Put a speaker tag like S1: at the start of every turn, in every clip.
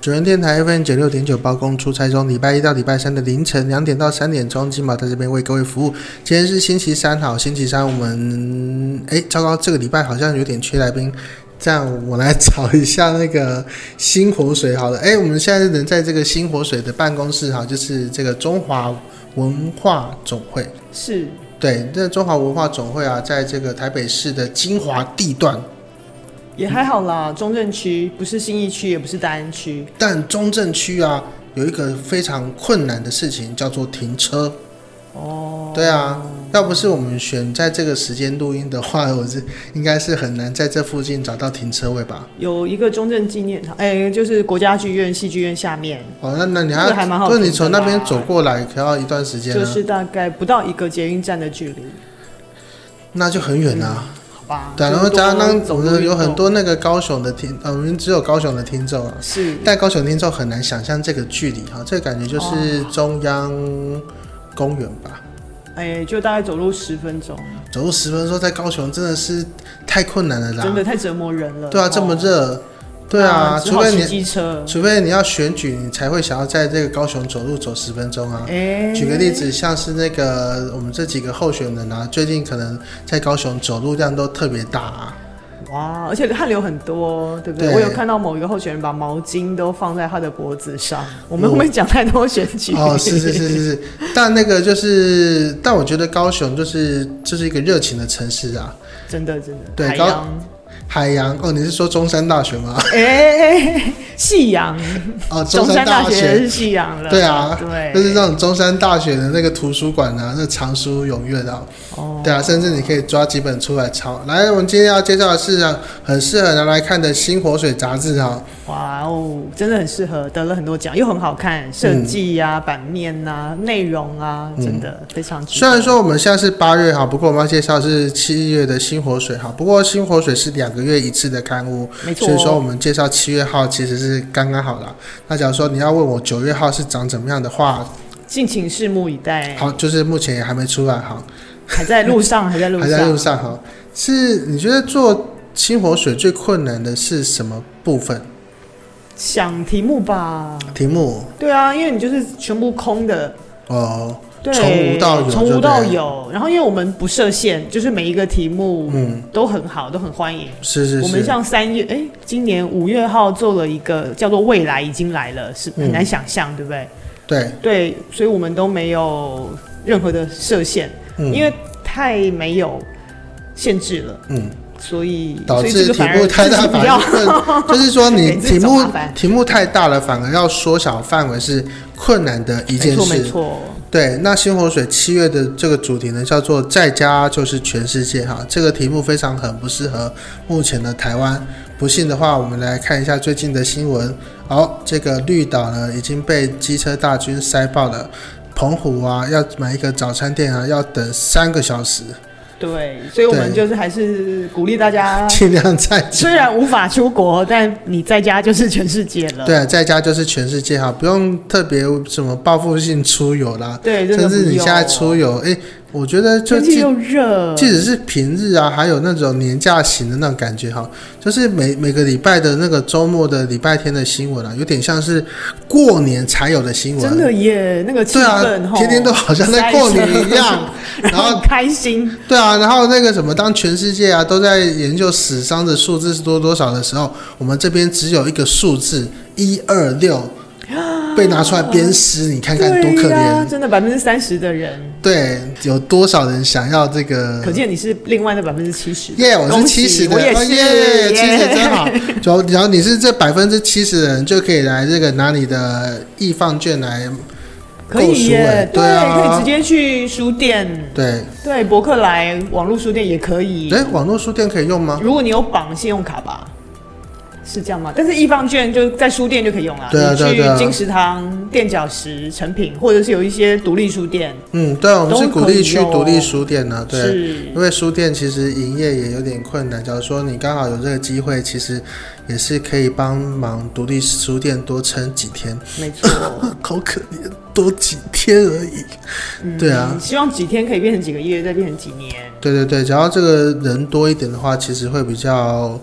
S1: 主人电台 FM 九六点九包公出差中，礼拜一到礼拜三的凌晨两点到三点钟，金宝在这边为各位服务。今天是星期三，好，星期三我们哎，糟糕，这个礼拜好像有点缺来宾，这样我来找一下那个新火水好了。哎，我们现在人在这个新火水的办公室哈，就是这个中华文化总会。
S2: 是
S1: 对，这中华文化总会啊，在这个台北市的精华地段，
S2: 也还好啦，中正区不是信义区，也不是大安区，
S1: 但中正区啊有一个非常困难的事情，叫做停车。哦，对啊，要不是我们选在这个时间录音的话，我是应该是很难在这附近找到停车位吧？
S2: 有一个中正纪念堂，哎、就是国家剧院、戏剧院下面，
S1: 哦，那那你
S2: 这个还蛮好
S1: 就是你
S2: 停的
S1: 从那边
S2: 啦
S1: 走过来，可要一段时间啊
S2: 就
S1: 了，
S2: 是大概不到一个捷运站的距离，
S1: 那就很远啊。
S2: 好吧？
S1: 对啊，然后
S2: 就是
S1: 加
S2: 多
S1: 上当
S2: 走
S1: 我
S2: 路
S1: 们
S2: 运
S1: 有
S2: 动
S1: 很多那个高雄的听，呃，我们只有高雄的听众啊。
S2: 是
S1: 但高雄听众很难想象这个距离哈，这个感觉就是
S2: 哦
S1: 中央公园吧。
S2: 哎、就大概走路十分钟，
S1: 走路十分钟在高雄真的是太困难了啦。
S2: 真的太折磨人了。
S1: 啊对啊，
S2: 哦
S1: 这么，热。对啊，
S2: 只
S1: 除
S2: 好
S1: 非
S2: 骑
S1: 你
S2: 机车。
S1: 除非你要选举，你才会想要在这个高雄走路走十分钟啊。
S2: 哎、
S1: 举个例，子，像是那个我们这几个候选人啊，最近可能在高雄走路量都特别大 啊。
S2: 哇，而且汗流很多，对不对？
S1: 对
S2: 我有看到某一个候选人把毛巾都放在他的脖子上，我们会不会讲太多选举？
S1: 哦，是是是是是，但那个就是，但我觉得高雄就是就是一个热情的城市啊。
S2: 真的真的，
S1: 对
S2: 海
S1: 高
S2: 洋，
S1: 海洋哦，你是说中山大学吗？
S2: 哎、夕 阳，
S1: 哦，
S2: 中
S1: 山
S2: 山大学
S1: 学，
S2: 是夕阳了，
S1: 对啊
S2: 对，
S1: 就是那种中山大学的那个图书馆啊，那藏书踊跃的啊、
S2: 哦，
S1: 对啊，甚至你可以抓几本出来抄。来，我们今天要介绍的是啊，很适合拿来看的《新火水》杂志啊。
S2: 哇哦，真的很适合，得了很多奖，又很好看，设计呀、版面呐、内容啊，真的、非常值
S1: 嗯
S2: 得
S1: 虽然说我们现在是八月哈，不过我们要介绍是七月的《新火水》哈。不过《新火水》是两个月一次的刊物，
S2: 没错
S1: 所以说我们介绍七月号其实是刚刚好啦。那假如说你要问我九月号是长怎么样的话，
S2: 敬请拭目以待，
S1: 好，就是目前也还没出来哈。
S2: 还在路上，还在路
S1: 还
S2: 上，
S1: 在路上哈。是你觉得做清火水最困难的是什么部分？
S2: 想题目吧，
S1: 题目
S2: 对啊，因为你就是全部空的。
S1: 哦，
S2: 对，
S1: 从无到有
S2: 从
S1: 对
S2: 无
S1: 不
S2: 到
S1: 对
S2: 有。然后，因为我们不设限，就是每一个题目
S1: 嗯，
S2: 都很好，都很欢迎。
S1: 是是
S2: 我们
S1: 是，
S2: 像三月，哎、今年五月号做了一个叫做“未来已经来了”，是
S1: 嗯
S2: 很难想象，对不对？
S1: 对，
S2: 对，所以我们都没有任何的设限，
S1: 嗯，
S2: 因为太没有限制了，
S1: 嗯，
S2: 所以
S1: 导
S2: 所以
S1: 致
S2: 这个
S1: 题
S2: 反
S1: 目
S2: 而
S1: 太大，
S2: 自己比
S1: 反
S2: 较
S1: 而 困就是说你
S2: 给自
S1: 题
S2: 己找
S1: 目
S2: 麻烦
S1: 题目太大了，反而要缩小范围是困难的一
S2: 没
S1: 件
S2: 错没
S1: 事。
S2: 错，
S1: 对，那新火水七月的这个主题呢，叫做“在家就是全世界”哈，这个题目非常很不适合目前的台湾。不信的话，我们来看一下最近的新闻。好、这个绿岛呢已经被机车大军塞爆了，澎湖啊要买一个早餐店啊要等三个小时，
S2: 对，所以我们
S1: 对，
S2: 就是还是鼓励大家
S1: 尽量在家。
S2: 虽然无法出国，但你在家就是全世界了。
S1: 对，在家就是全世界哈，不用特别什么报复性出游啦，
S2: 对，哎真的
S1: 甚至
S2: 不
S1: 你
S2: 用
S1: 现在出游，哎、我觉得就
S2: 天气又热，
S1: 即使是平日啊，还有那种年假型的那种感觉哈，就是每每个礼拜的那个周末的礼拜天的新闻啊，有点像是过年才有的新闻。
S2: 真的耶，那个气
S1: 对啊
S2: 氛，吼
S1: 天天都好像在过年一 样。
S2: 然
S1: 然后
S2: 后很开心，
S1: 对啊，然后那个什么，当全世界啊都在研究死伤的数字是多多少的时候，我们这边只有一个数字一二六 被拿出来鞭尸，你看看多可
S2: 对呀
S1: 怜。
S2: 真的百分之三十的人，
S1: 对，有多少人想要这个？
S2: 可见你是另外的百分之七十。
S1: 嗯耶、我是
S2: 恭
S1: 七
S2: 喜
S1: 十的，
S2: 我也
S1: 哦
S2: 是
S1: 耶，七十
S2: 耶
S1: 真好。只要只要你是这百分之七十的人，就可以来这个拿你的易放券来。
S2: 可
S1: 够熟
S2: 以耶
S1: 欸，
S2: 对，
S1: 对啊
S2: 可以直接去书店，
S1: 对，
S2: 对，博客来网络书店也可以。
S1: 哎，网络书店可以用吗？
S2: 如果你有绑信用卡吧，是这样吗？但是易放券就在书店就可以用啦，
S1: 对啊
S2: 你
S1: 对啊对啊
S2: 去金石堂、垫脚石、成品，或者是有一些独立书店，
S1: 嗯，对啊，我们是
S2: 都可
S1: 鼓励
S2: 以
S1: 去
S2: 哦
S1: 独立书店呢、对。
S2: 是
S1: 因为书店其实营业也有点困难，假如说你刚好有这个机会，其实也是可以帮忙独立书店多撑几天，
S2: 没错。
S1: 好可怜，多几天而已。对啊，
S2: 嗯希望几天可以变成几个月，再变成几年。
S1: 对对对，只要这个人多一点的话，其实会比较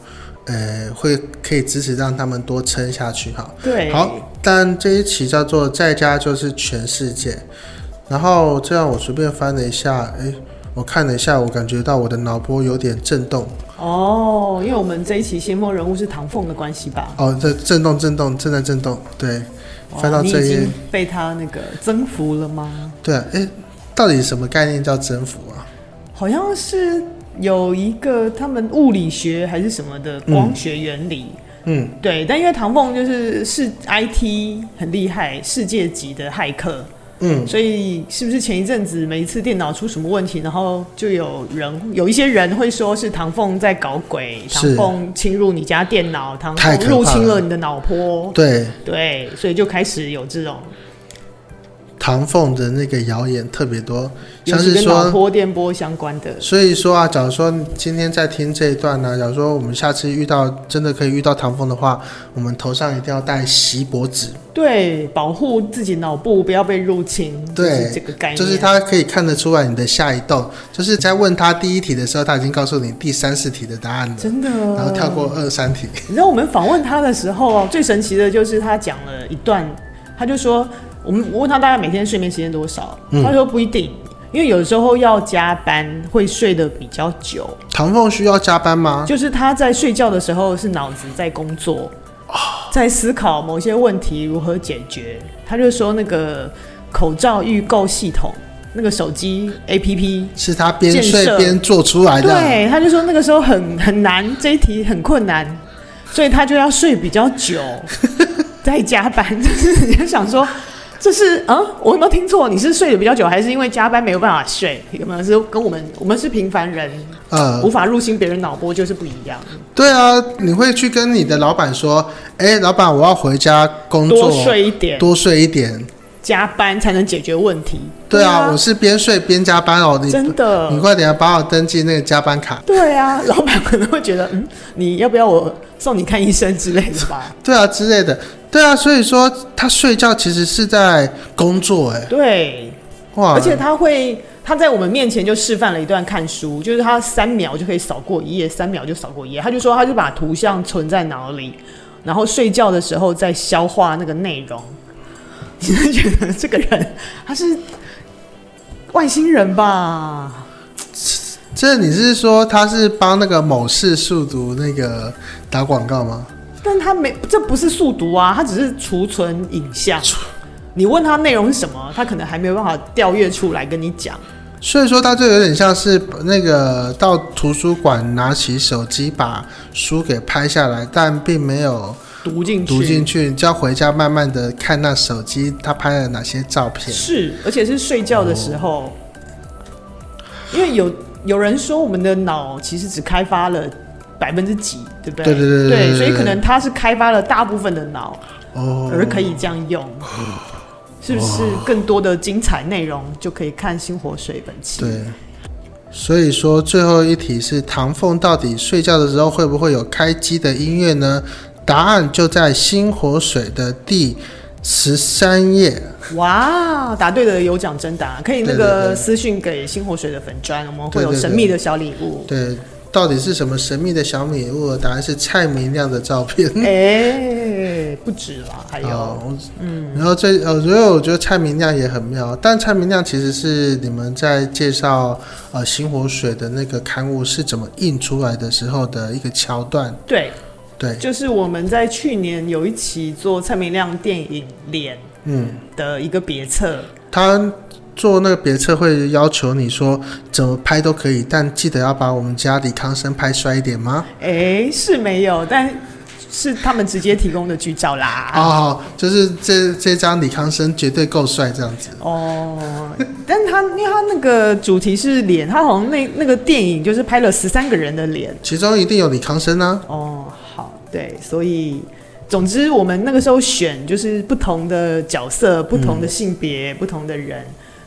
S1: 呃，会可以支持让他们多撑下去哈。
S2: 对，
S1: 好，但这一期叫做在家就是全世界，然后这样我随便翻了一下，诶，我看了一下，我感觉到我的脑波有点震动。
S2: 哦，因为我们这一期先锋人物是唐凤的关系吧？
S1: 哦，这震动震动正在震动，对，
S2: 哇
S1: 翻到这
S2: 哦你
S1: 一
S2: 已
S1: 页
S2: 经，被他那个征服了吗？
S1: 对啊，诶，到底什么概念叫征服啊？
S2: 好像是有一个他们物理学还是什么的光学原理。
S1: 嗯，
S2: 对，但因为唐凤就是是 IT 很厉害，世界级的骇客，
S1: 嗯，
S2: 所以是不是前一阵子每一次电脑出什么问题，然后就有人有一些人会说是唐凤在搞鬼，唐
S1: 是
S2: 凤侵入你家电脑，唐
S1: 太可
S2: 凤
S1: 怕
S2: 入侵
S1: 了
S2: 了你的脑波，
S1: 对，
S2: 对，所以就开始有这种，
S1: 唐凤的那个谣言特别多，
S2: 尤
S1: 像
S2: 其
S1: 是
S2: 跟
S1: 说
S2: 脑波电波相关的，
S1: 所以说啊，假如说今天在听这一段呢、假如说我们下次遇到真的可以遇到唐风的话，我们头上一定要戴锡箔纸，
S2: 对，保护自己脑部不要被入侵，
S1: 对
S2: 就是这个概念，
S1: 就是它可以看得出来你的下一动。就是在问他第一题的时候，他已经告诉你第三四题的答案了，
S2: 真的，哦
S1: 然后跳过二三题。
S2: 你知道我们访问他的时候啊，最神奇的就是他讲了一段，他就说，我们我问他大概每天睡眠时间多少，
S1: 嗯
S2: 他说不一定，因为有时候要加班会睡得比较久，
S1: 唐凤需要加班吗？
S2: 就是他在睡觉的时候是脑子在工作，在思考某些问题如何解决。他就说那个口罩预购系统，那个手机 APP
S1: 是他边
S2: 建
S1: 睡
S2: 设
S1: 边做出来的。
S2: 对，他就说那个时候很很难，这一题很困难，所以他就要睡比较久， 在加班。就是你就想说，这是啊，我有没有听错？你是睡得比较久，还是因为加班没有办法睡？有没有是跟我们我们是平凡人，
S1: 呃
S2: 无，法入侵别人脑波就是不一样，
S1: 对啊，你会去跟你的老板说，哎，老板，我要回家工作，
S2: 多睡一点，
S1: 多睡一点。
S2: 加班才能解决问题。
S1: 对啊，我是边睡边加班哦，你
S2: 真
S1: 你
S2: 的。
S1: 快点帮我登记那个加班卡。
S2: 对啊，老板可能会觉得，嗯，你要不要我送你看医生之类的 吧？
S1: 对啊，之类的。对啊，所以说他睡觉其实是在工作、哎，
S2: 对，
S1: 哇，
S2: 而且他会，他在我们面前就示范了一段看书，就是他三秒就可以扫过一页，三秒就扫过一页。他就说，他就把图像存在脑里，然后睡觉的时候再消化那个内容。你会觉得这个人他是外星人吧？
S1: 这你是说他是帮那个某市速读那个打广告吗？
S2: 但他没，这不是速读啊，他只是储存影像。 你问他内容是什么，他可能还没有办法调阅出来跟你讲。
S1: 所以说他就有点像是那个到图书馆拿起手机把书给拍下来，但并没有
S2: 读进去，
S1: 读进去，就要回家慢慢的看那手机他拍了哪些照片。
S2: 是，而且是睡觉的时候，因为有有人说我们的脑其实只开发了百分之几，对不对？
S1: 对对对对对对
S2: 所以可能他是开发了大部分的脑，
S1: 哦，
S2: 而可以这样用，是不是？更多的精彩内容就可以看《星火水本期》。
S1: 对，所以说最后一题是唐凤到底睡觉的时候会不会有开机的音乐呢？答案就在《星火水》的第十三页。
S2: 哇，答对的有奖征答，可以那
S1: 对对对
S2: 个私讯给星火水的粉砖，我们会有
S1: 对对对
S2: 神秘的小礼物。
S1: 对，到底是什么神秘的小礼物？答案是蔡明亮的照片。
S2: 哎、不止啦，还有、
S1: 嗯哦，嗯，然后这呃，所以我觉得蔡明亮也很妙，但蔡明亮其实是你们在介绍呃《星火水》的那个刊物是怎么印出来的时候的一个桥段。
S2: 对，
S1: 对，
S2: 就是我们在去年有一期做蔡明亮电影《脸
S1: 嗯。》
S2: 的一个别册，
S1: 他做那个别册会要求你说怎么拍都可以，但记得要把我们家李康生拍帅一点吗？
S2: 哎，是没有，但是他们直接提供的剧照啦。
S1: 哦，就是这这张李康生绝对够帅这样子。
S2: 哦，但他因为他那个主题是脸，他好像那那个电影就是拍了十三个人的脸。
S1: 其中一定有李康生啊，
S2: 哦，好，对，所以总之我们那个时候选就是不同的角色、不同的性别、不同的人，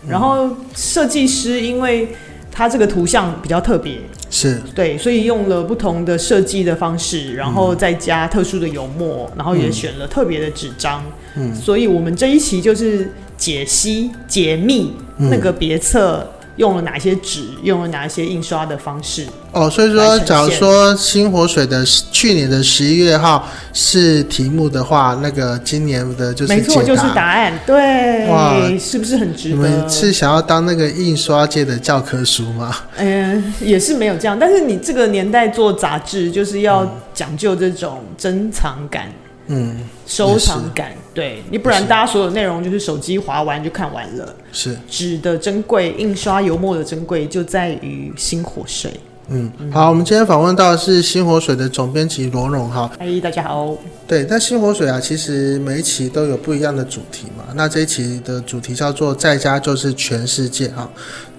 S2: 然后设计师因为他这个图像比较特别，
S1: 是
S2: 对，所以用了不同的设计的方式，然
S1: 嗯
S2: 后再加特殊的油墨，然后也选了特别的纸张。
S1: 嗯
S2: 所以我们这一期就是解析、解密
S1: 嗯
S2: 那个别册用了哪些纸，用了哪些印刷的方式。
S1: 哦，所以
S2: 来
S1: 说，
S2: 呈
S1: 假如
S2: 现
S1: 说新火水的十去年的十一月号是题目的话，那个今年的就是
S2: 没错，
S1: 解
S2: 就是答案。对，
S1: 哇
S2: 是不是很值
S1: 你
S2: 得？
S1: 们是想要当那个印刷界的教科书吗？
S2: 嗯，也是没有这样，但是你这个年代做杂志，就是要讲究这种珍藏感、
S1: 嗯，
S2: 收藏感，对你不然大家所有内容就是手机划完就看完了。
S1: 是，
S2: 纸的珍贵，印刷油墨的珍贵就在于新火水。
S1: 嗯，好，我们今天访问到的是新火水的总编辑罗荣哈。
S2: 嗨，大家好，
S1: 对，但新火水啊，其实每一期都有不一样的主题嘛。那这一期的主题叫做“在家就是全世界”啊。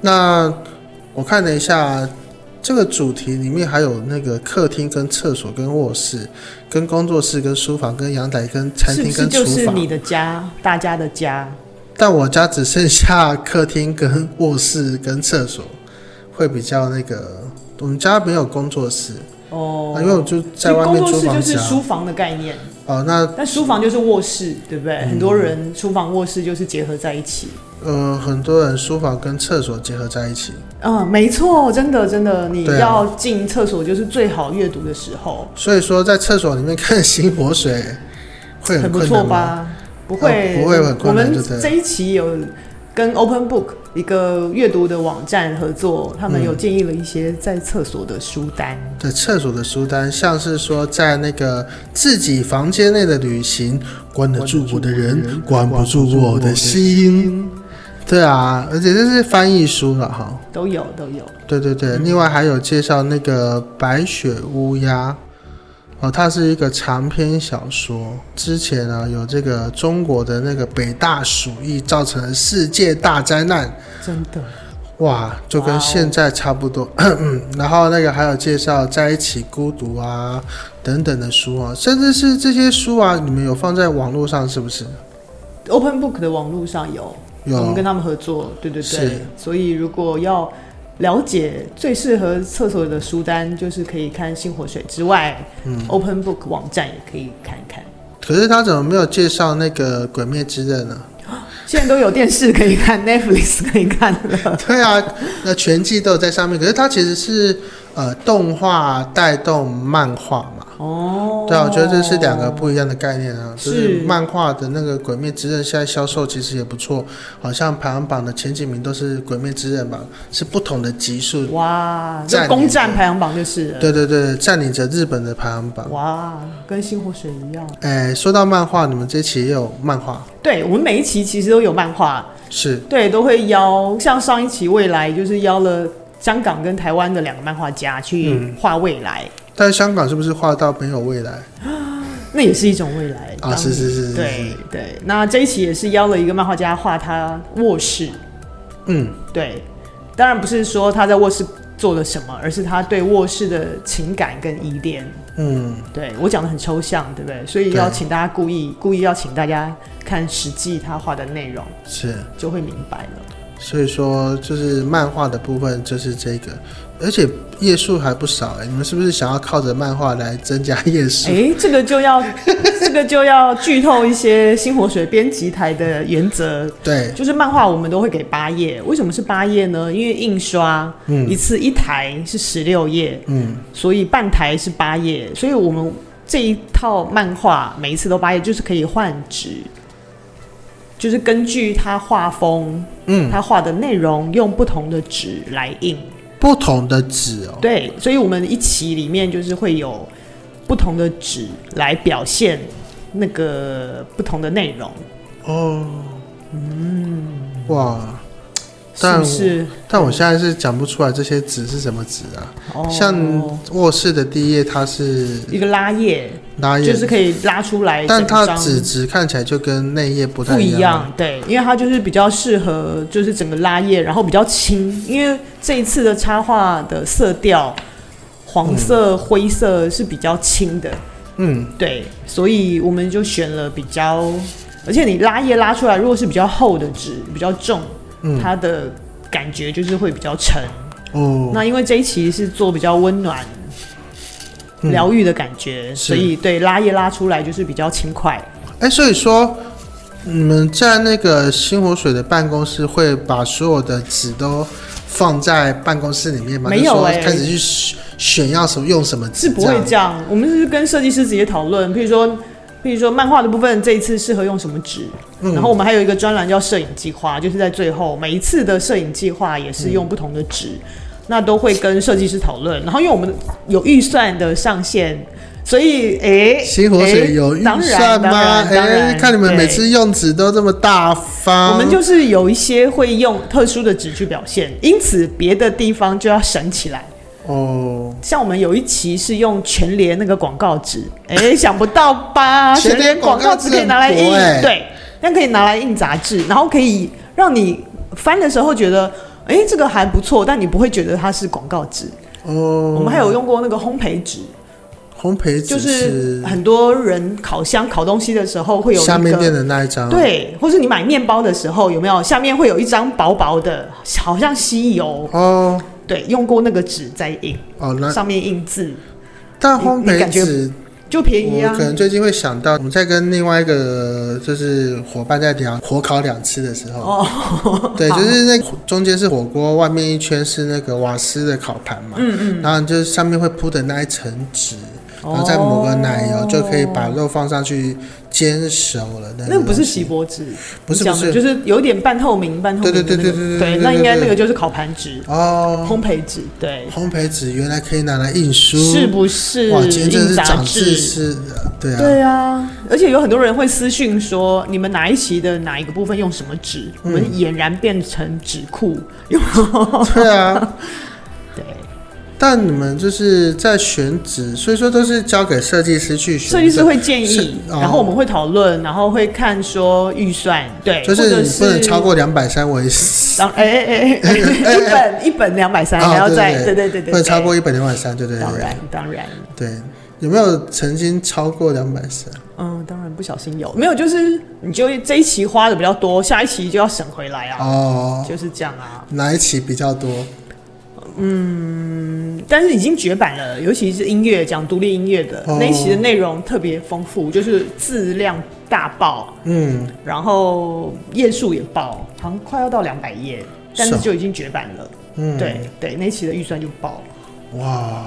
S1: 那我看了一下，这个主题里面还有那个客厅、跟厕所、跟卧室、跟工作室、跟书房、跟阳台、跟餐
S2: 是不
S1: 厅、
S2: 是
S1: 跟
S2: 就
S1: 厨
S2: 是
S1: 房。
S2: 你的家，大家的家？
S1: 但我家只剩下客厅、跟卧室、跟厕所，会比较那个。我们家没有工作室，
S2: 哦
S1: 啊，因为我就
S2: 所
S1: 在
S2: 以
S1: 外
S2: 工
S1: 面
S2: 作
S1: 租
S2: 室就
S1: 房子
S2: 是
S1: 啊。
S2: 书房的概念，
S1: 哦，那
S2: 但书房就是卧室，对不对？
S1: 嗯
S2: 很多人书房卧室就是结合在一起。
S1: 呃，很多人书房跟厕所结合在一起。
S2: 嗯，没错，真的真的，你
S1: 对啊
S2: 要进厕所就是最好阅读的时候，
S1: 所以说，在厕所里面看星火水 会
S2: 很不
S1: 困
S2: 错
S1: 难吗？
S2: 吧？不会，
S1: 哦不会很困难
S2: 我
S1: 就
S2: 们
S1: 对了
S2: 这一期有跟 Open Book 一个阅读的网站合作，他们
S1: 嗯
S2: 有建议了一些在厕所的书单。
S1: 对，厕所的书单，像是说在那个自己房间内的旅行，关得住我的人，关不住我的心。对啊，而且这是翻译书了哈。
S2: 都有都有，
S1: 对对对，另外还有介绍那个白雪乌鸦，哦，它是一个长篇小说。之前呢，有这个中国的那个北大鼠疫造成了世界大灾难，
S2: 真的
S1: 哇，就
S2: 哇
S1: 跟
S2: 哦
S1: 现在差不多。嗯， 然后那个还有介绍在一起孤独啊等等的书啊，甚至是这些书啊，你们有放在网络上是不是？
S2: ，Open Book 的网络上有，我们
S1: 有
S2: 嗯跟他们合作，对对对
S1: 是，
S2: 所以如果要。了解最适合厕所的书单，就是可以看星火水之外、
S1: 嗯
S2: o p e n Book 网站也可以看一看。
S1: 可是他怎么没有介绍那个《鬼灭之刃》呢？
S2: 现在都有电视可以看，Netflix 可以看了。
S1: 对啊，那全季都有在上面。可是它其实是呃动画带动漫画嘛。
S2: 哦，
S1: 对啊，我觉得这是两个不一样的概念啊。就是
S2: 是
S1: 漫画的那个《鬼灭之刃》现在销售其实也不错，好像排行榜的前几名都是《鬼灭之刃》吧，是不同的集数。
S2: 哇，
S1: 占
S2: 这
S1: 领
S2: 攻占排行榜就是了。
S1: 对对对，占领着日本的排行榜。
S2: 哇，跟星火水一样。
S1: 哎，说到漫画，你们这期也有漫画？
S2: 对我们每一期其实都有漫画，
S1: 是
S2: 对，都会邀像上一期未来就是邀了香港跟台湾的两个漫画家去
S1: 嗯
S2: 画未来，
S1: 但香港是不是画到没有未来
S2: 那也是一种未来
S1: 啊？是。是是是
S2: 对
S1: 是，
S2: 对，那这一期也是邀了一个漫画家画他卧室，
S1: 嗯，
S2: 对，当然不是说他在卧室做了什么，而是他对卧室的情感跟依恋。
S1: 嗯，
S2: 对我讲的很抽象，对不对？所以
S1: 对
S2: 要请大家故意故意要请大家看实际他画的内容，
S1: 是。
S2: 就会明白了。
S1: 所以说，就是漫画的部分就是这个，而且页数还不少哎、你们是不是想要靠着漫画来增加页数？
S2: 哎，这个就要 这个就要剧透一些星火水编辑台的原则，
S1: 对，
S2: 就是漫画我们都会给八页，为什么是八页呢？因为印刷一
S1: 嗯
S2: 次一台是十六页，
S1: 嗯，
S2: 所以半台是八页，所以我们这一套漫画每一次都八页，就是可以换纸，就是根据他画风，
S1: 嗯，
S2: 他画的内容用不同的纸来印。
S1: 不同的纸哦、
S2: 对，所以我们一期里面就是会有不同的纸来表现那个不同的内容，
S1: 哦，嗯，哇！
S2: 是
S1: 但
S2: 不是？
S1: 但我现在是讲不出来这些纸是什么纸啊，
S2: 哦，
S1: 像卧室的第一页它是
S2: 一个拉页，
S1: 拉页，
S2: 就是可以拉出来
S1: 哎但
S2: 整
S1: 它的
S2: 张。
S1: 纸质看起来就跟内页不太
S2: 不一
S1: 样。
S2: 样，对，因为它就是比较适合，就是整个拉页，然后比较轻，因为这一次的插画的色调，黄色、灰色是比较轻的，
S1: 嗯，
S2: 对，所以我们就选了比较，而且你拉页拉出来，如果是比较厚的纸，比较重，
S1: 嗯
S2: 它的感觉就是会比较沉。
S1: 哦，
S2: 那因为这一期是做比较温暖、
S1: 嗯
S2: 疗愈的感觉，
S1: 是
S2: 所以对拉页拉出来就是比较轻快。
S1: 哎，所以说你们在那个星火水的办公室会把所有的纸都放在办公室里面吗？
S2: 没有
S1: 就说
S2: 欸
S1: 开始去选选要什么用什么纸
S2: 是不会
S1: 样
S2: 这样。我们是跟设计师直接讨论，譬如说，譬如说漫画的部分，这一次适合用什么纸。
S1: 嗯
S2: 然后我们还有一个专栏叫摄影计划，就是在最后每一次的摄影计划也是用不同的纸，那都会跟设计师讨论。然后因为我们有预算的上限，所以诶，
S1: 新火
S2: 诶
S1: 水有预
S2: 当然
S1: 算
S2: 当
S1: 吗？
S2: 然当
S1: 哎、
S2: 然
S1: 看你们每
S2: 对
S1: 次用纸都这么大方，
S2: 我们就是有一些会用特殊的纸去表现，因此别的地方就要省起来。
S1: 哦，
S2: 像我们有一期是用全联那个广告纸，哎、想不到 吧？
S1: 全
S2: 全
S1: 联
S2: 联广告纸可以拿来
S1: 广告
S2: 印，
S1: 纸很薄欸
S2: 对，但可以拿来印杂志，然后可以让你翻的时候觉得，哎、这个还不错，但你不会觉得它是广告纸。
S1: 哦，
S2: 我们还有用过那个烘焙纸，
S1: 烘焙
S2: 就
S1: 纸
S2: 是很多人烤箱烤东西的时候会有一个
S1: 下面垫的那一张，，
S2: 对，或是你买面包的时候有没有下面会有一张薄薄的，好像吸油，
S1: 哦
S2: 对，用过那个纸在印，
S1: 哦，那
S2: 上面印字
S1: 但烘
S2: 你
S1: 焙
S2: 感觉
S1: 纸
S2: 就便宜
S1: 我
S2: 啊。
S1: 可能最近会想到，我们在跟另外一个就是伙伴在聊火烤两吃的时候，
S2: 哦，
S1: 对，
S2: 好
S1: 就是那中间是火锅，外面一圈是那个瓦斯的烤盘嘛，嗯嗯，然后就是上面会铺的那一层纸，
S2: 哦
S1: 然后再抹个奶油，就可以把肉放上去煎熟了。那
S2: 那
S1: 个
S2: 不是
S1: 东
S2: 锡
S1: 西，
S2: 箔纸，
S1: 不是
S2: 你
S1: 不
S2: 讲
S1: 是，
S2: 的就是有点半透明、半透明的、那个
S1: 对对对对对对对
S2: 那应该
S1: 对对
S2: 那个就是烤盘纸、
S1: 哦，
S2: 烘焙纸，对，
S1: 烘焙纸原来可以拿来印书，
S2: 是不是？
S1: 哇，今天真的
S2: 印
S1: 是
S2: 杂
S1: 长知
S2: 志。
S1: 识，对啊，
S2: 对啊，而且有很多人会私讯说，你们哪一期的哪一个部分用什么纸，我们俨然变成纸库，有没有？
S1: 对啊。
S2: 对，
S1: 但你们就是在选址，所以说都是交给设计师去选。
S2: 设计师会建
S1: 是
S2: 议，
S1: 哦
S2: 然后我们会讨论，然后会看说预算，对，
S1: 就
S2: 或
S1: 是
S2: 者
S1: 你
S2: 是
S1: 不能超过两百三为，
S2: 当哎哎哎哎，一本一本两百三，
S1: 啊
S2: 还要
S1: 对对
S2: 再
S1: 对
S2: 对对对对，
S1: 不能超
S2: 对
S1: 过一百两百三，对对
S2: 当
S1: 对
S2: 然当然，
S1: 对。有没有曾经超过两百三？
S2: 嗯，当然不小心有没有就是你就这一期花的比较多，下一期就要省回来啊，
S1: 哦，
S2: 就是这样啊。
S1: 哪一期比较多？
S2: 但是已经绝版了，尤其是音乐讲独立音乐的
S1: 哦
S2: 那一期的内容特别丰富，就是质量大爆，
S1: 嗯，
S2: 然后页数也爆，好像快要到两百页，但
S1: 是
S2: 是
S1: 哦
S2: 就已经绝版了。
S1: 嗯
S2: 对对，那一期的预算就爆了。
S1: 哇，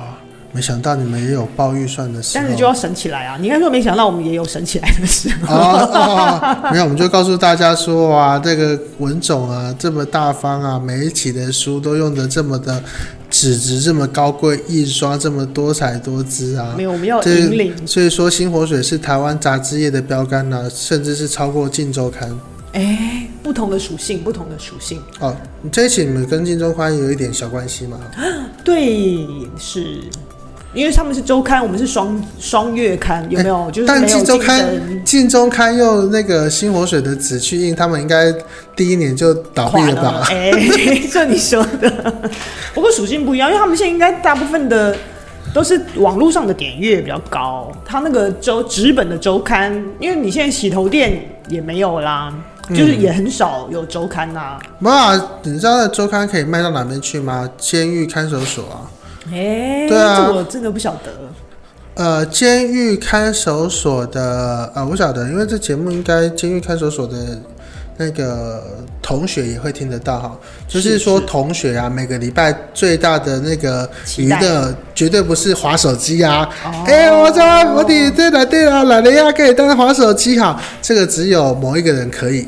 S1: 没想到你们也有报预算的时候。
S2: 但是就要省起来啊！你应该说没想到我们也有省起来的时候。
S1: 哦哦，没有，我们就告诉大家说啊，这个文总啊这么大方啊，每一期的书都用的这么的纸质这么高贵，印刷这么多彩多姿啊
S2: 没。有，我们要
S1: 这
S2: 引领。
S1: 所以说，新火水是台湾杂志业的标杆呐、甚至是超过《镜周刊》
S2: 哎、不同的属性，不同的属性。
S1: 哦。这一期你们跟《镜周刊》有一点小关系嘛？
S2: 对，是因为他们是周刊，我们是双双月刊，有没有？就是
S1: 但
S2: 没
S1: 《
S2: 有竞
S1: 周刊》
S2: 争
S1: 《镜周刊》用那个新火水的纸去印，他们应该第一年就倒闭
S2: 垮
S1: 了
S2: 了。
S1: 吧？
S2: 哎、 这你说的。不过属性不一样，因为他们现在应该大部分的。都是网络上的点阅比较高，它那个周纸本的周刊，因为你现在洗头店也没有啦，
S1: 嗯
S2: 就是也很少有周刊啦、
S1: 没有啊，你知道那周刊可以卖到哪边去吗？监狱看守所啊，
S2: 哎、
S1: 对啊
S2: 这我真的不晓得。
S1: 呃，监狱看守所的，呃，我晓得，因为这节目应该监狱看守所的那个同学也会听得到哈。就是
S2: 是
S1: 说，
S2: 是
S1: 同学啊，每个礼拜最大的那个
S2: 期
S1: 娱
S2: 待
S1: 乐，绝对不是划手机啊。
S2: 哦
S1: 哎、我在我的对了对了，来了呀，可以当划手机哈。这个只有某一个人可 以。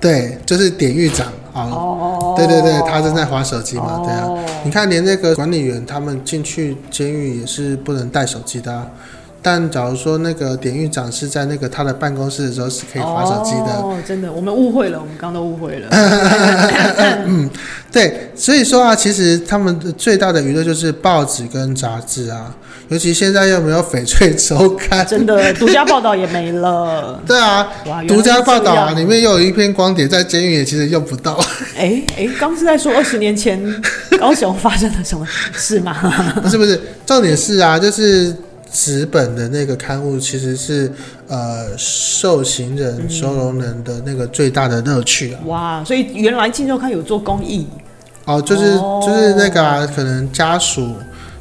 S1: 对，就是典狱长啊。
S2: 哦
S1: 对对对，他正在划手机嘛，对啊
S2: 哦。
S1: 你看，连那个管理员他们进去监狱也是不能带手机的、啊。但假如说那个典狱长是在那个他的办公室的时候是可以划手机的，
S2: 哦，真的，我们误会了，我们刚刚都误会了。
S1: 对，所以说啊，其实他们的最大的娱乐就是报纸跟杂志啊，尤其现在又没有翡翠周刊，
S2: 真的，独家报道也没了。
S1: 对啊，
S2: 哇，原来是
S1: 独家报道
S2: 这
S1: 啊，
S2: 样
S1: 里面又有一篇光碟在监狱也其实用不到，
S2: 哎哎，刚是在说二十年前高雄发生了什么事吗？
S1: 不是不是，重点是啊，就是纸本的那个刊物其实是呃受刑
S2: 嗯
S1: 人、收容人的那个最大的乐趣啊。
S2: 哇，所以原来《金周刊》有做公益，
S1: 哦，就是
S2: 哦
S1: 就是那个、啊、可能家属。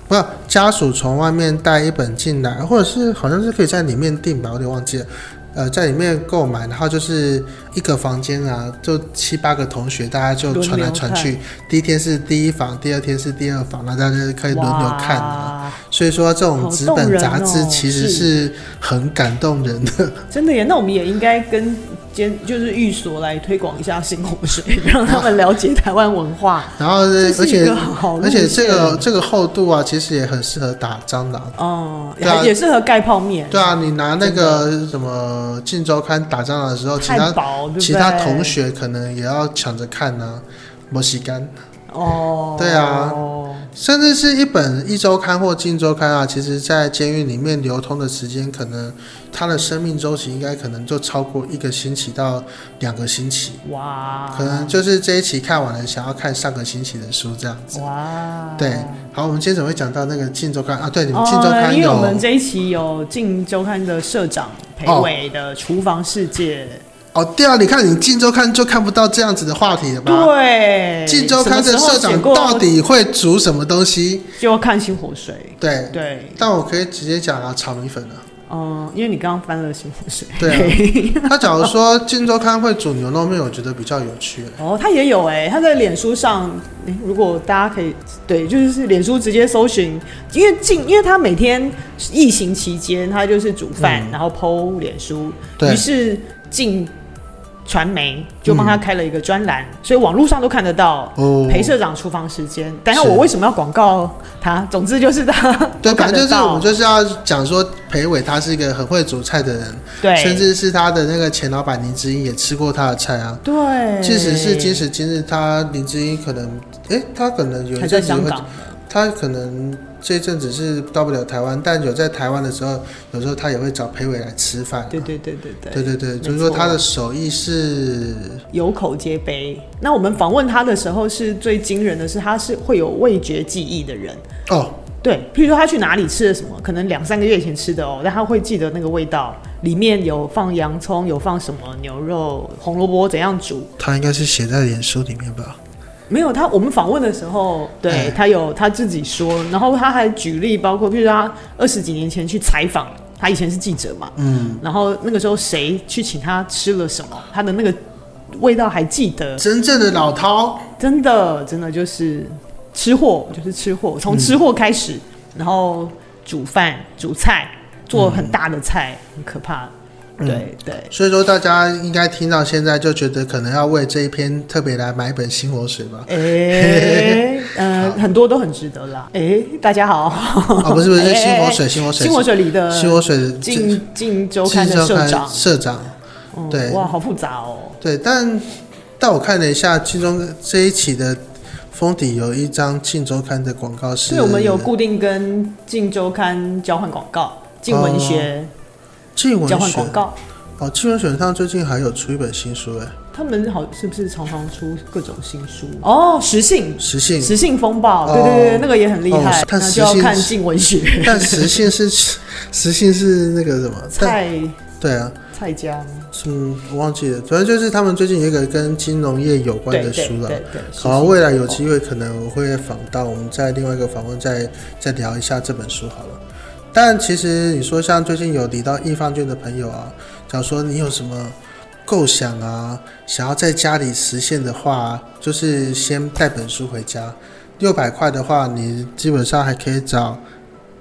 S1: 不，家属从外面带一本进来，或者是好像是可以在里面订吧，我有点忘记了。呃在里面购买，然后就是一个房间啊，就七八个同学，大家就
S2: 轮
S1: 传来
S2: 流
S1: 传去。第一天是第一房，第二天是第二房，那大家就可哎以轮流看啊。
S2: 哇
S1: 所以说这种
S2: 好
S1: 纸
S2: 动
S1: 本
S2: 人
S1: 杂志
S2: 哦
S1: 其实
S2: 是
S1: 是很感动人的。
S2: 真的耶，那我们也应该跟监就是寓所来推广一下新洪水，让他们了解台湾文化。
S1: 然后呢，
S2: 这
S1: 而
S2: 是一
S1: 且
S2: 个好路
S1: 而
S2: 线，
S1: 且这个这个厚度啊，其实也很适合打蟑螂。
S2: 哦、
S1: 对啊
S2: 也适合盖泡面，
S1: 对啊，你拿那个什么《镜周刊》打蟑螂的时候，其
S2: 太
S1: 他
S2: 薄，对不对？
S1: 其他同学可能也要抢着看呢、啊，墨西干，
S2: 哦，
S1: 对啊甚至是一本一周刊或近周刊啊，其实在监狱里面流通的时间，可能它的生命周期应该可能就超过一个星期到两个星期，
S2: 哇，
S1: 可能就是这一期看完了，想要看上个星期的书这样子。
S2: 哇，
S1: 对，好，我们接着会讲到那个近周刊啊，对，你们
S2: 哦，
S1: 近周刊
S2: 因为
S1: 有
S2: 我们这一期有《进周刊》的社长裴伟的《厨房世界
S1: 哦，对啊，你看你近周刊就看不到这样子的话题了》，吧？
S2: 对，
S1: 近周刊的社长到底会煮什么东西？
S2: 就要看《新火水
S1: 对》，，
S2: 对，
S1: 但我可以直接讲啊，炒米粉啊。
S2: 嗯，因为你刚刚翻了《新火 水》，
S1: 对啊他假如说《金周刊》会煮牛肉面，我觉得比较有趣。
S2: 哦，他也有哎、他在脸书上、诶如果大家可以对，就是脸书直接搜寻，因为进，因为他每天疫情期间，他就是煮饭，然后剖脸书，
S1: 嗯对
S2: 于是进传媒就
S1: 嗯
S2: 帮他开了一个专栏，所以网络上都看得到。
S1: 哦，
S2: 裴社长厨房时间，但是
S1: 是
S2: 我为什么要广告他？总之就是他
S1: 对，
S2: 都看
S1: 反
S2: 得
S1: 正就是
S2: 到
S1: 我们就是要讲说，裴伟他是一个很会煮菜的人，
S2: 对，
S1: 甚至是他的那个前老板林之英也吃过他的菜啊。
S2: 对，
S1: 即使是今时今日，他林之英可能，诶，他可能有
S2: 还
S1: 一阵
S2: 在
S1: 子
S2: 香
S1: 会，
S2: 港，
S1: 他可能这一阵子是到不了台湾，但有在台湾的时候，有时候他也会找裴伟来吃饭啊、
S2: 对对对对对。
S1: 对对对，
S2: 没
S1: 就是说
S2: 错
S1: 他的手艺是
S2: 有口皆碑。那我们访问他的时候，是最惊人的是，他是会有味觉记忆的人。
S1: 哦，
S2: 对，譬如说他去哪里吃了什么，可能两三个月前吃的哦，但他会记得那个味道，里面有放洋葱，有放什么牛肉、红萝卜怎样煮。
S1: 他应该是写在脸书里面吧？
S2: 没有他，我们访问的时候，对、
S1: 哎
S2: 他有他自己说，然后他还举例，包括譬如说他二十几年前去采访，他以前是记者嘛，
S1: 嗯，
S2: 然后那个时候谁去请他吃了什么，他的那个味道还记得，
S1: 真正的老饕，
S2: 真的真的就是吃货，就是吃货，从吃货开始，
S1: 嗯
S2: 然后煮饭、煮菜，做很大的菜，很可怕。
S1: 嗯
S2: 对对，？
S1: 所以说大家应该听到现在就觉得可能要为这一篇特别来买一本《新火水》吧
S2: 哎、 呃，很多都很值得啦。哎、大家好，
S1: 啊，不是不是，《新火
S2: 哎
S1: 水》《新火水
S2: 新》火水里的
S1: 《新火水》《金
S2: 进进周刊的社长，
S1: 社长，
S2: 嗯
S1: 对
S2: 哇，好复杂哦。
S1: 对，但但我看了一下，其中这一期的封底有一张《镜周刊》的广告是，
S2: 所以我们有固定跟进周刊交换广告，进文学
S1: 静
S2: 交
S1: 文
S2: 换
S1: 选
S2: 广告。
S1: 哦，静文选上最近还有出一本新书哎，
S2: 他们好是不是常常出各种新书？哦，实性，
S1: 实信，
S2: 实性风暴，
S1: 哦
S2: 对对对，那个也很厉害
S1: 哦，但
S2: 那
S1: 实
S2: 就
S1: 性
S2: 要看静文学。
S1: 但实信是实信是那个什么？但
S2: 蔡
S1: 对啊，
S2: 蔡江，
S1: 嗯，我忘记了，反正就是他们最近有一个跟金融业有关
S2: 对
S1: 的
S2: 对
S1: 书
S2: 对
S1: 了。
S2: 对，实
S1: 好，
S2: 性
S1: 未来
S2: 风
S1: 有
S2: 暴
S1: 机会可能我会访到，我们在另外一个访问再再聊一下这本书好了。但其实你说像最近有理到易放券的朋友啊，假如说你有什么构想啊，想要在家里实现的话，啊就是先带本书回家。六百块的话，你基本上还可以找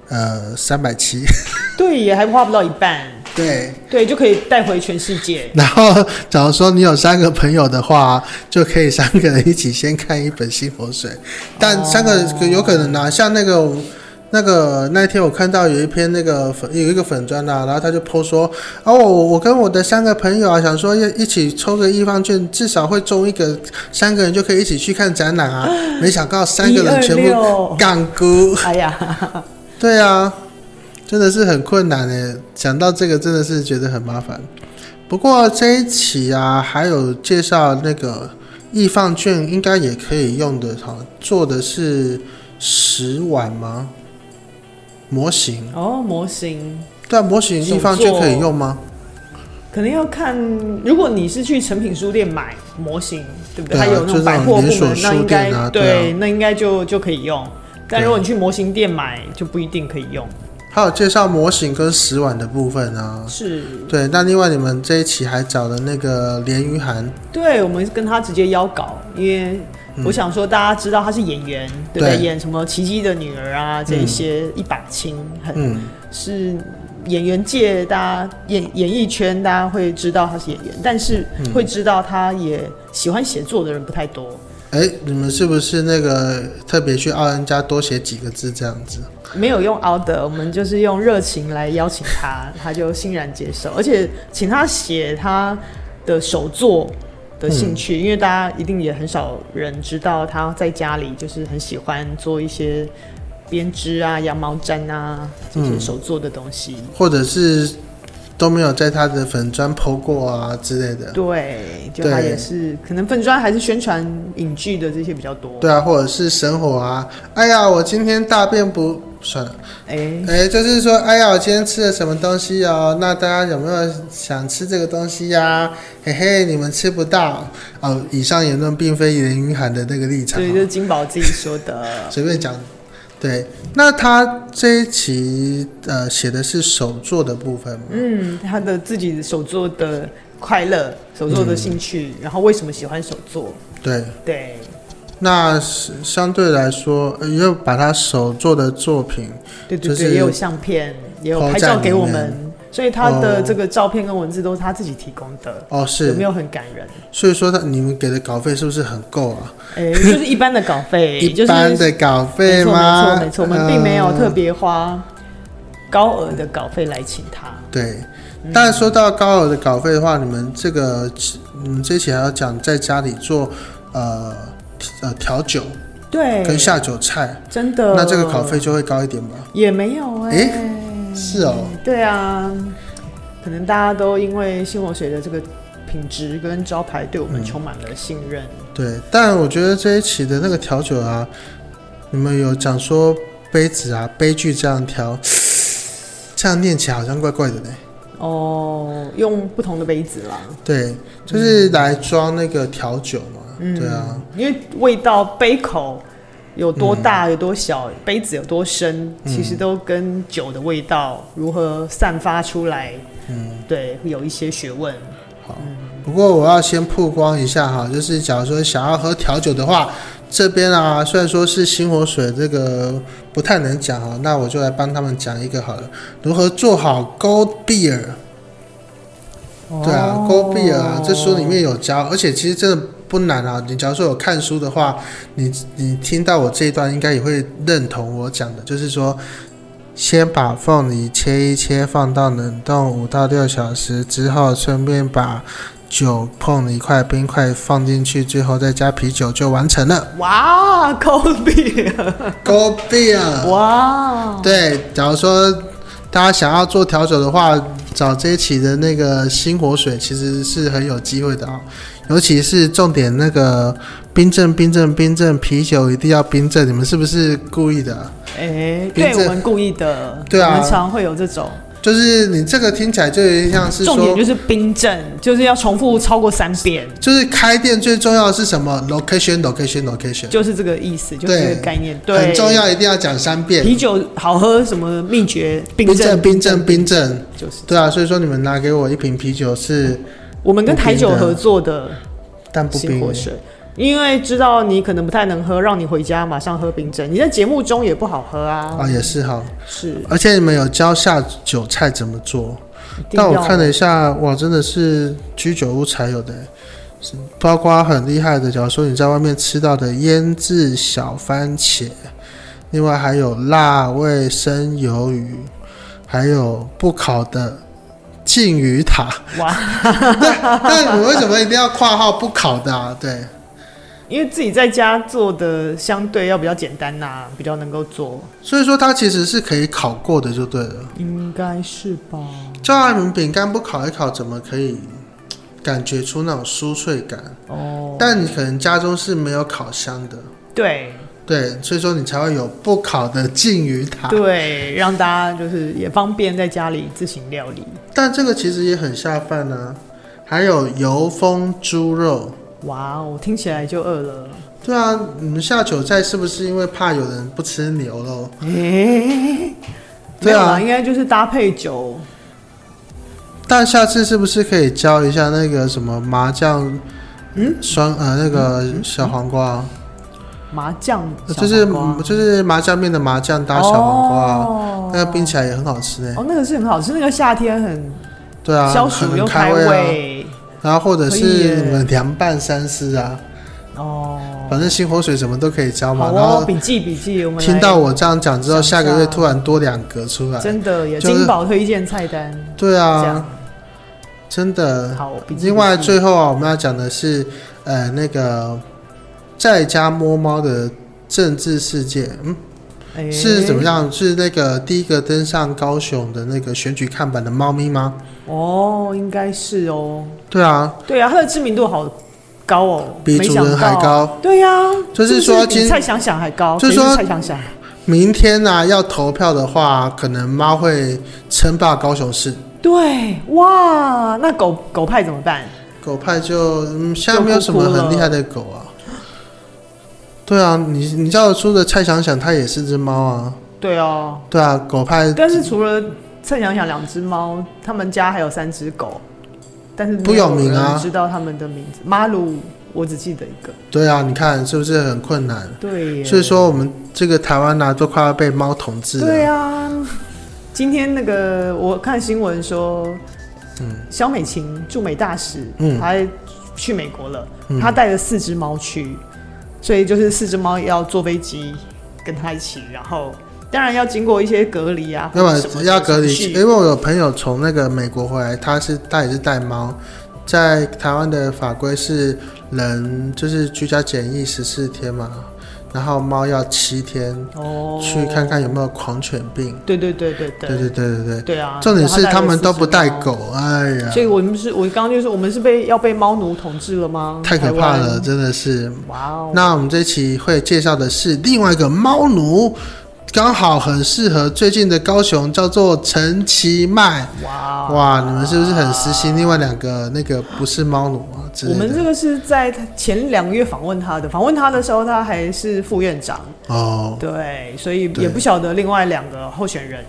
S1: 呃三百七，
S2: 对也还花不到一半，
S1: 对，
S2: 对就可以带回全世界。
S1: 然后，假如说你有三个朋友的话，就可以三个人一起先看一本《新火水》，但三个有可能啊，像那个那个那天我看到有一篇那个粉有一个粉砖啊，然后他就 po 说，哦，我我跟我的三个朋友啊，想说要一起抽个一方券，至少会中一个，三个人就可以一起去看展览啊。没想到三个人全部
S2: 部，
S1: 干估，
S2: 哎呀，
S1: 对啊，真的是很困难诶。讲到这个，真的是觉得很麻烦。不过这一期啊，还有介绍那个易放券，应该也可以用的哈。做的是十碗吗？模型？
S2: 哦，模型
S1: 对啊，模型易放券可以用吗？
S2: 可能要看，如果你是去诚品书店买模型，对不对？
S1: 对啊
S2: 它有那
S1: 就
S2: 种
S1: 是那
S2: 百
S1: 种
S2: 货部
S1: 连锁
S2: 门，那
S1: 书
S2: 应该
S1: 店啊对啊
S2: 对，那应该就就可以用。但如果你去模型店买，就不一定可以用。
S1: 还有介绍模型跟食碗的部分啊。
S2: 是，
S1: 对，那另外你们这一期还找了那个连于涵，
S2: 对，我们跟他直接邀稿，因为我想说大家知道他是演员，对不对？
S1: 嗯对
S2: 演什么《奇迹的女儿》啊，这一些一把青，很、
S1: 嗯，
S2: 是演员界大家演演艺圈大家会知道他是演员，但是
S1: 嗯
S2: 会知道他也喜欢写作的人不太多。
S1: 哎，你们是不是那个特别去奥恩家多写几个字这样子？
S2: 没有用熬的，我们就是用热情来邀请他，他就欣然接受，而且请他写他的手作的兴趣，
S1: 嗯
S2: 因为大家一定也很少人知道他在家里就是很喜欢做一些编织啊、羊毛毡啊这些手做的东西。
S1: 或者是都没有在他的粉砖 PO 过啊之类的？
S2: 对，就他
S1: 对
S2: 也是可能粉砖还是宣传影剧的这些比较多。
S1: 对啊，或者是生活啊，哎呀，我今天大便不算了，
S2: 哎、
S1: 哎、就是说，哎呀，我今天吃了什么东西哦？那大家有没有想吃这个东西呀、嘿嘿，你们吃不到哦。以上言论并非严云涵的那个立场
S2: 所
S1: 哦，。
S2: 以就是金宝自己说的
S1: 随便讲。对，那他这一期呃写的是手作的部分嘛，
S2: 嗯，他的自己手做的快乐，手做的兴
S1: 嗯
S2: 趣，然后为什么喜欢手做？
S1: 对，
S2: 对，
S1: 那是相对来说，呃又把他手做的作品，
S2: 对对
S1: 就
S2: 对，
S1: 是
S2: 也有相片，也有
S1: 抛
S2: 拍照
S1: 在
S2: 给
S1: 里
S2: 我
S1: 面
S2: 们，所以他的
S1: 哦
S2: 这个照片跟文字都是他自己提供的，
S1: 哦
S2: 有
S1: 是
S2: 没，有很感 人？
S1: 所以说他你们给的稿费是不是很够啊？
S2: 哎，就是一般的稿费，
S1: 一
S2: 就是
S1: 般的稿费
S2: 没错没
S1: 吗？
S2: 错没错，我们并没有
S1: 嗯
S2: 特别花高额的稿费来请他。
S1: 对，
S2: 嗯
S1: 但说到高额的稿费的话，你们这个，你们这期还要讲在家里做，呃，呃调酒
S2: 对，呃
S1: 跟下酒菜，
S2: 真的，
S1: 那这个稿费就会高一点吧？
S2: 也没有哎、
S1: 是哦，
S2: 对啊，可能大家都因为新火水的这个品质跟招牌，对我们充满了信任。
S1: 对，但我觉得这一期的那个调酒啊，你们有讲说杯子啊、杯具这样调，这样念起来好像怪怪的呢。
S2: 哦，用不同的杯子啦，
S1: 对，就是来装那个调酒嘛。对啊，
S2: 因为味道、杯口有多大、有多小，杯子有多深，其实都跟酒的味道如何散发出来，嗯，对，会有一些学问。
S1: 不过我要先曝光一下哈，就是假如说想要喝调酒的话，这边啊虽然说是星火水这个不太能讲哈，那我就来帮他们讲一个好了，如何做好 Gold Beer。对啊，Gold Beer 啊，这书里面有教，而且其实真的不难啊。你假如说有看书的话，你你听到我这一段应该也会认同我讲的，就是说。先把凤梨切一切，放到冷冻五到六小时之后，顺便把酒、碰一块冰块放进去，最后再加啤酒就完成 了。
S2: 哇，高比，
S1: Go beer！
S2: 哇，
S1: 啊对，假如说大家想要做调酒的话，找这一期的那个星火水其实是很有机会的啊、尤其是重点那个冰镇、冰镇、冰镇啤酒一定要冰镇，你们是不是故意的啊？
S2: 哎、
S1: 冰
S2: 对
S1: 镇
S2: 我们故意的，
S1: 对啊
S2: 我们常会有这种。
S1: 就是你这个听起来就有点像是
S2: 重点
S1: 说，
S2: 就是冰镇，就是要重复超过三遍，
S1: 就是开店最重要的是什么？location location location，
S2: 就是这个意思，就是这个概念，对，
S1: 很重。要，一定要讲三遍。
S2: 啤酒好喝什么秘诀？冰
S1: 冰镇冰镇冰镇，
S2: 就是
S1: 对啊，所以说你们拿给我一瓶啤酒是
S2: 我们跟台酒
S1: 不冰的
S2: 合作的
S1: 但不
S2: 新
S1: 冰
S2: 火水，因为知道你可能不太能喝，让你回家马上喝冰镇。你在节目中也不好喝啊，
S1: 啊，也是哈。
S2: 是。
S1: 而且你们有教下酒菜怎么做，
S2: 一定
S1: 但我
S2: 要
S1: 看了一下，哇，真的是居酒屋才有的，是包括很厉害的，假如说你在外面吃到的腌制小番茄，另外还有辣味生鱿鱼，还有不烤的。鲫鱼塔，
S2: 哇，
S1: 但我为什么一定要括号不烤的啊？对，
S2: 因为自己在家做的相对要比较简单呐、比较能够做，
S1: 所以说它其实是可以烤过的，就对了。
S2: 应该是吧？
S1: 焦糖饼饼干不烤一烤，怎么可以感觉出那种酥脆感？
S2: 哦，
S1: 但你可能家中是没有烤箱的，
S2: 对，
S1: 对，所以说你才会有不烤的鲫鱼塔。
S2: 对，让大家就是也方便在家里自行料理。
S1: 但这个其实也很下饭啊，还有油封猪肉。
S2: 哇哦，听起来就饿了。
S1: 对啊，你们下酒菜是不是因为怕有人不吃牛肉？
S2: 诶、没
S1: 对
S2: 有
S1: 啊
S2: 啦，应该就是搭配酒。
S1: 但下次是不是可以教一下那个什么麻酱？嗯，酸呃那个小黄瓜，
S2: 麻酱
S1: 就是
S2: 嗯小黄瓜
S1: 就是麻酱面的麻酱搭小黄瓜，
S2: 哦
S1: 那个冰起来也很好吃呢。
S2: 哦，那个是很好吃，那个夏天很
S1: 对啊，
S2: 消
S1: 很
S2: 暑
S1: 很
S2: 又
S1: 开
S2: 开
S1: 胃啊。
S2: 胃
S1: 然后或者
S2: 可以
S1: 是
S2: 耶
S1: 你们凉拌三丝啊，
S2: 哦。
S1: 反正新火水什么都可以教嘛。
S2: 好
S1: 然
S2: 哦，
S1: 后
S2: 笔记笔记，我们来
S1: 听到我这样讲之后，下
S2: 想一下
S1: 个月突然多两格出来。
S2: 真的耶，
S1: 就是
S2: 金宝推荐菜单
S1: 对
S2: 这
S1: 啊
S2: 样，
S1: 真的。
S2: 好。笔记
S1: 另外
S2: 笔记
S1: 最后啊，我们要讲的是，呃，那个在家摸猫的政治世界，嗯，
S2: 哎
S1: 是怎么样？是那个第一个登上高雄的那个选举看板的猫咪吗？
S2: 哦，应该是哦，
S1: 对啊，
S2: 对啊，它的知名度好高哦，
S1: 比
S2: 没
S1: 主
S2: 想
S1: 人还
S2: 到。
S1: 高。
S2: 对呀、
S1: 就是说
S2: 是不是
S1: 今
S2: 比蔡想想还高，
S1: 就是
S2: 谁
S1: 说
S2: 蔡想想，
S1: 明天呢、要投票的话，可能猫会称霸高雄市，
S2: 对哇，那狗狗派怎么办？
S1: 狗派就嗯，现在没有什么很厉害的狗啊。对啊，你你叫出的蔡想想，它也是只猫啊。
S2: 对哦，
S1: 对啊，狗派
S2: 但是除了蔡想想两只猫，他们家还有三只狗，但是没
S1: 不有名啊
S2: 人知道他们的名字。马鲁，我只记得一个，
S1: 对啊，你看是不是很困难？
S2: 对耶，
S1: 所以说我们这个台湾呢、都快要被猫统治了。
S2: 对啊，今天那个我看新闻说，嗯，肖美琴驻美大使，
S1: 嗯
S2: 嗯，她去美国了，
S1: 嗯
S2: 她带了四只猫去，所以就是四只猫要坐飞机跟她一起，然后当然要经过一些隔离啊，
S1: 要
S2: 或
S1: 么
S2: 者什么
S1: 要隔离，呃
S2: 程
S1: 因
S2: 序
S1: 为我有朋友从那个美国回来，他是他也是带猫，在台湾的法规是人就是居家检疫十四天嘛，然后猫要七天，
S2: 哦，
S1: 去看，看有没有狂犬病。
S2: 对对对对对
S1: 对对对对对，
S2: 对啊，
S1: 重点是
S2: 然后
S1: 他
S2: 带了
S1: 们都
S2: 四只
S1: 不带
S2: 猫。
S1: 狗，哎呀
S2: 所，以我们是，我刚刚就是，我们是被要被猫奴统治了吗？
S1: 太可
S2: 台
S1: 怕
S2: 湾
S1: 了，！真的是。
S2: 哇哦，
S1: 那我们这期会介绍的是另外一个猫奴，刚好很适合最近的高雄，叫做陈其迈。
S2: 哇哦
S1: 哇，你们是不是很私心？另外两个那个不是猫奴啊之
S2: 我
S1: 类
S2: 们
S1: 的
S2: 这个是在前两个月访问他的，访问他的时候他还是副院长，
S1: 哦，
S2: 对，所以
S1: 对
S2: 也不晓得另外两个候选人。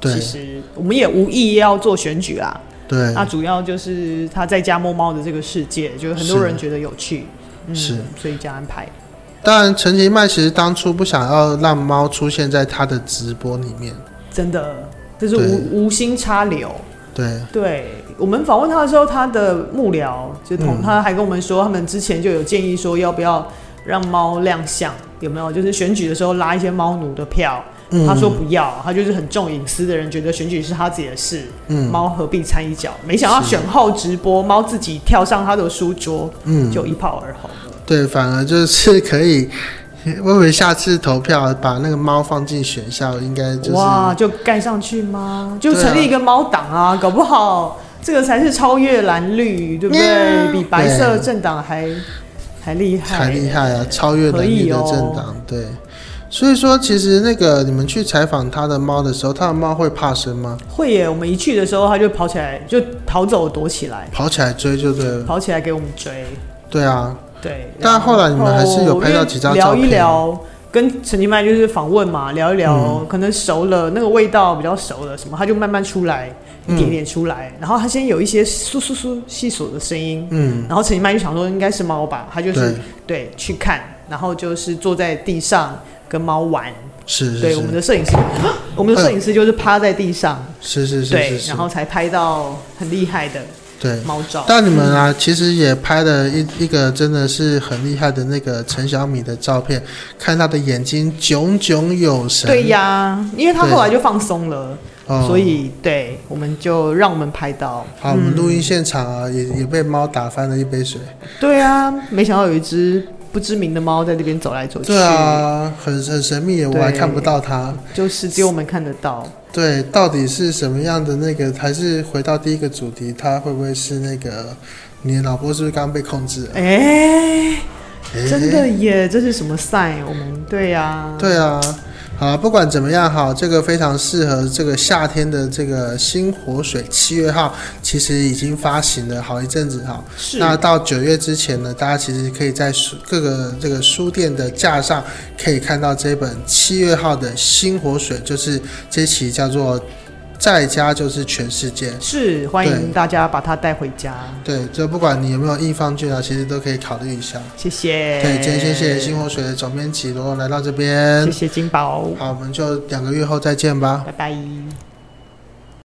S2: 其
S1: 对
S2: 实啊我们也无意要做选举啦，
S1: 对
S2: 那主要就是他在家摸猫的这个世界，就是很多
S1: 是
S2: 人觉得有趣，嗯，
S1: 是，
S2: 所以这样安排。
S1: 当然，陈其迈其实当初不想要让猫出现在他的直播里面，
S2: 真的，这是
S1: 对
S2: 无无心插柳。
S1: 对
S2: 对我们访问他的时候，他的幕僚就同、
S1: 嗯
S2: 他还跟我们说，他们之前就有建议说，要不要让猫亮相，有没有？就是选举的时候拉一些猫奴的票。
S1: 嗯
S2: 他说不要，他就是很重隐私的人，觉得选举是他自己的事，
S1: 嗯
S2: 猫何必掺一脚？没想到
S1: 是
S2: 选后直播，猫自己跳上他的书桌，
S1: 嗯，
S2: 就一炮而红。
S1: 对，反而就是可以。 我以为下次投票把那个猫放进选项，应该就是
S2: 哇，就盖上去吗？就
S1: 对啊
S2: 成立一个猫党啊，搞不好这个才是超越蓝绿，对不
S1: 喵
S2: 对？比白色
S1: 嗯对
S2: 政党还还厉害，
S1: 太厉害了，超越能力的
S2: 可以哦
S1: 政党。对，所以说其实那个你们去采访他的猫的时候，他的猫会怕生吗？
S2: 会耶！我们一去的时候，它就跑起来，就逃走躲起来，
S1: 跑起来追就对了。
S2: 跑起来给我们追。
S1: 对啊，
S2: 对，
S1: 但
S2: 然
S1: 后来你们还是有拍到几张照片
S2: 因为聊一聊，跟陈金麦就是访问嘛，聊一聊，可能熟了，那个味道比较熟了，什么，它就慢慢出来，一点点出来，然后它先有一些簌簌簌细索的声音，
S1: 嗯，
S2: 然后陈金麦就想说应该是猫吧，他就是
S1: 对
S2: 对去看，然后就是坐在地上跟猫玩，
S1: 是是
S2: 对，我们的摄影师，我们的摄影师就是趴在地上，
S1: 是是是是
S2: 对
S1: 是，，
S2: 然后才拍到很厉害的
S1: 对。
S2: 猫照。
S1: 但你们啊，其实也拍了一一个真的是很厉害的那个陈小米的照片，看他的眼睛炯炯有神。
S2: 对呀，因为他后来就放松了，
S1: 哦
S2: 所以对，我们就让我们拍到。
S1: 好，我们录音现场啊，也也被猫打翻了一杯水。
S2: 对啊，没想到有一只不知名的猫在那边走来走去，
S1: 对啊，很很神秘耶，我
S2: 嗯对
S1: 还看不到它。
S2: 就是只有我们看得到。
S1: 对，到底是什么样的那个？还是回到第一个主题，它会不会是那个？你的脑波是不是刚刚被控制了？
S2: 哎、
S1: 诶
S2: 真的耶，这是什么 sign？我们对呀、
S1: 对啊，好了，不管怎么样哈，这个非常适合这个夏天的这个新活水七月号，其实已经发行了好一阵子哈。
S2: 是
S1: 那到九月之前呢，大家其实可以在书各个这个书店的架上可以看到这本七月号的新活水，就是这期叫做“在家就是全世界”。
S2: 是，欢迎
S1: 对
S2: 大家把它带回家，
S1: 对，就不管你有没有印放券啊，其实都可以考虑一下。
S2: 谢谢。
S1: 对，今天先谢谢新活水的总编辑罗来到这边
S2: 谢，谢金宝，
S1: 好，我们就两个月后再见吧。
S2: 拜拜。